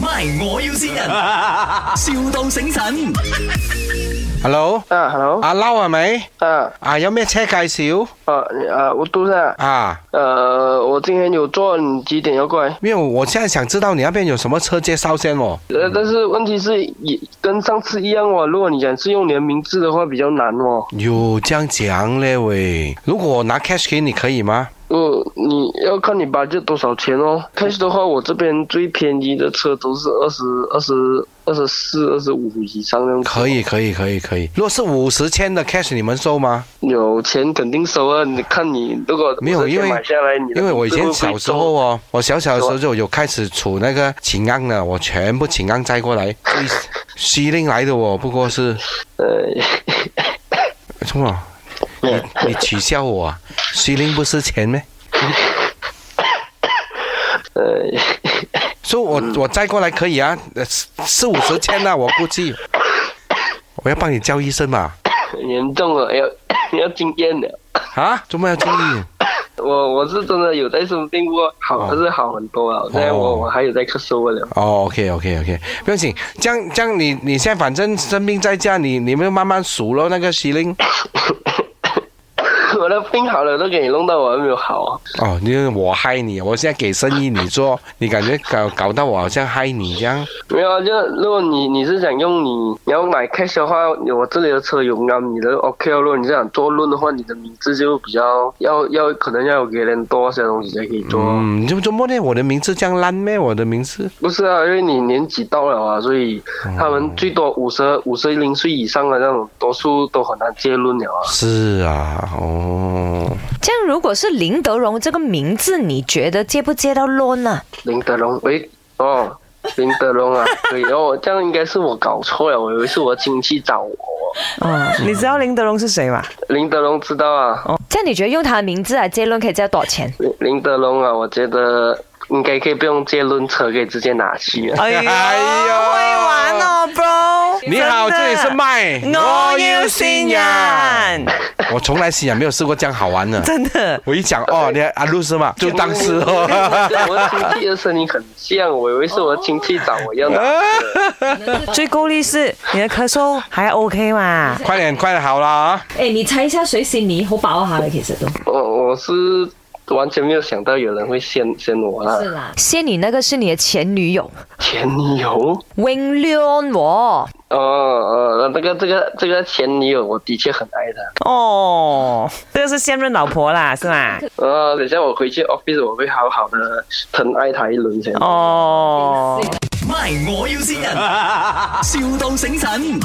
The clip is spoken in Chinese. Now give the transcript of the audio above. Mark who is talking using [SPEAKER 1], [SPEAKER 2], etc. [SPEAKER 1] ，My 我要先人，,笑到醒神。
[SPEAKER 2] Hello，
[SPEAKER 3] 啊，hello，
[SPEAKER 2] 阿撈係咪？
[SPEAKER 3] 啊，
[SPEAKER 2] 啊，有咩車介紹？
[SPEAKER 3] 呃，啊，我都在，
[SPEAKER 2] 啊，
[SPEAKER 3] 呃，我今天有做，你几点要过来？
[SPEAKER 2] 因為我現在想知道你那邊有什麼車介绍先哦。
[SPEAKER 3] 呃，但是问题是也跟上次一样哦，如果你想是用你的名字的话，比较难哦。
[SPEAKER 2] 有这样讲嘞喂，如果我拿 cash 给你可以吗？
[SPEAKER 3] 呃，你要看你 budget 多少钱哦。cash 的话，我这边最便宜的车都是二十二十二十四、二十五以上这样子。哦
[SPEAKER 2] 可以，可以，可以，可以。如果是五十千的 cash，你们收吗？
[SPEAKER 3] 有钱肯定收啊！你看你如果
[SPEAKER 2] 没有，
[SPEAKER 3] 50
[SPEAKER 2] 因
[SPEAKER 3] 钱
[SPEAKER 2] 为
[SPEAKER 3] 买下来，你的
[SPEAKER 2] 因为我以
[SPEAKER 3] 名字会
[SPEAKER 2] 前
[SPEAKER 3] 不会
[SPEAKER 2] 小时
[SPEAKER 3] 中
[SPEAKER 2] 候哦，我小小的时候就有开始储那个秦安了，我全部秦安摘过来，西令来的哦，不过是
[SPEAKER 3] 呃，
[SPEAKER 2] 什么？你你取笑我啊？西令不是钱咩？
[SPEAKER 3] 呃，
[SPEAKER 2] 所以我我摘过来可以啊，呃四四五十千呐、啊我估计。我要帮你叫医生嘛？
[SPEAKER 3] 很严重了，要 要经验了。
[SPEAKER 2] 啊？做么要注意？
[SPEAKER 3] 我我是真的有在生病过，好，
[SPEAKER 2] 哦
[SPEAKER 3] 可是好很多了。现在
[SPEAKER 2] 哦
[SPEAKER 3] 我我还有在咳嗽了。
[SPEAKER 2] 哦，OK，OK，OK，、不用紧。这样，这样你，你现在反正生病在家，你你们慢慢数咯。那个西令，
[SPEAKER 3] 我的病好了都给你弄到我还没有好啊。
[SPEAKER 2] 哦，你我嗨你，我现在给生意你做，你感觉搞搞到我好像嗨你这样。
[SPEAKER 3] 没有啊，就如果你你是想用你你要买 cash 的话，我这里的车有啊，你的 OK 哦。如果你是想做论的话，你的名字就比较要要可能要有给人多些东西才可以做。
[SPEAKER 2] 嗯，你就周末呢？我的名字这样烂咩？我的名字
[SPEAKER 3] 不是啊，因为你年纪到了啊，所以他
[SPEAKER 2] 哦
[SPEAKER 3] 们最多五十五十零岁以上的那种，多数都很难结论了啊。
[SPEAKER 2] 是啊，哦，
[SPEAKER 4] 这样如果是林德荣这个名字，你觉得接不接到 loan 啊呢、
[SPEAKER 3] 林德龙，喂，哦，林德 龙啊，可以哦，这样应该是我搞错了，我以为是我亲戚找我。
[SPEAKER 5] 哦，你知道林德龙是谁吗？
[SPEAKER 3] 林德龙知道啊，
[SPEAKER 2] 哦
[SPEAKER 4] 这样你觉得用他的名字来接 loan 可以接到多少钱？
[SPEAKER 3] 林林德龙啊，我觉得应该可以不用借轮车，可以直接拿去啊。
[SPEAKER 5] 哎呀，
[SPEAKER 2] 哎呦
[SPEAKER 5] 会玩哦，bro。
[SPEAKER 2] 你好，
[SPEAKER 5] 真
[SPEAKER 2] 这
[SPEAKER 5] 的
[SPEAKER 2] 里是麦，
[SPEAKER 5] 我要新人，
[SPEAKER 2] 我从来新人没有试过这样好玩的。
[SPEAKER 5] 真的。
[SPEAKER 2] 我一讲哦，你阿露是嘛？就当是
[SPEAKER 3] 我
[SPEAKER 2] 哦。
[SPEAKER 3] 我亲戚的声音很像，我以为是我亲戚找我要拿
[SPEAKER 2] 啊
[SPEAKER 3] 去的。
[SPEAKER 5] 最够力是你的咳嗽还 OK 嘛？
[SPEAKER 2] 快点，快点好啦啊！
[SPEAKER 6] 诶，哎你猜一下水洗泥好飽下嘅，其實都
[SPEAKER 3] 我我是完全没有想到有人会先先我啦，
[SPEAKER 6] 啦。
[SPEAKER 4] 先呃你那个是你的前女友
[SPEAKER 3] 前女友。
[SPEAKER 4] Wing Leon 我。
[SPEAKER 3] 哦哦，那个这个这个前女友，我的确很爱她。
[SPEAKER 5] 哦，这个是现任老婆啦，是吗？
[SPEAKER 3] 呃，等一下我回去 office 我会好好的疼爱他一轮先。
[SPEAKER 5] 哦。
[SPEAKER 1] My 我要先人，,笑到醒神。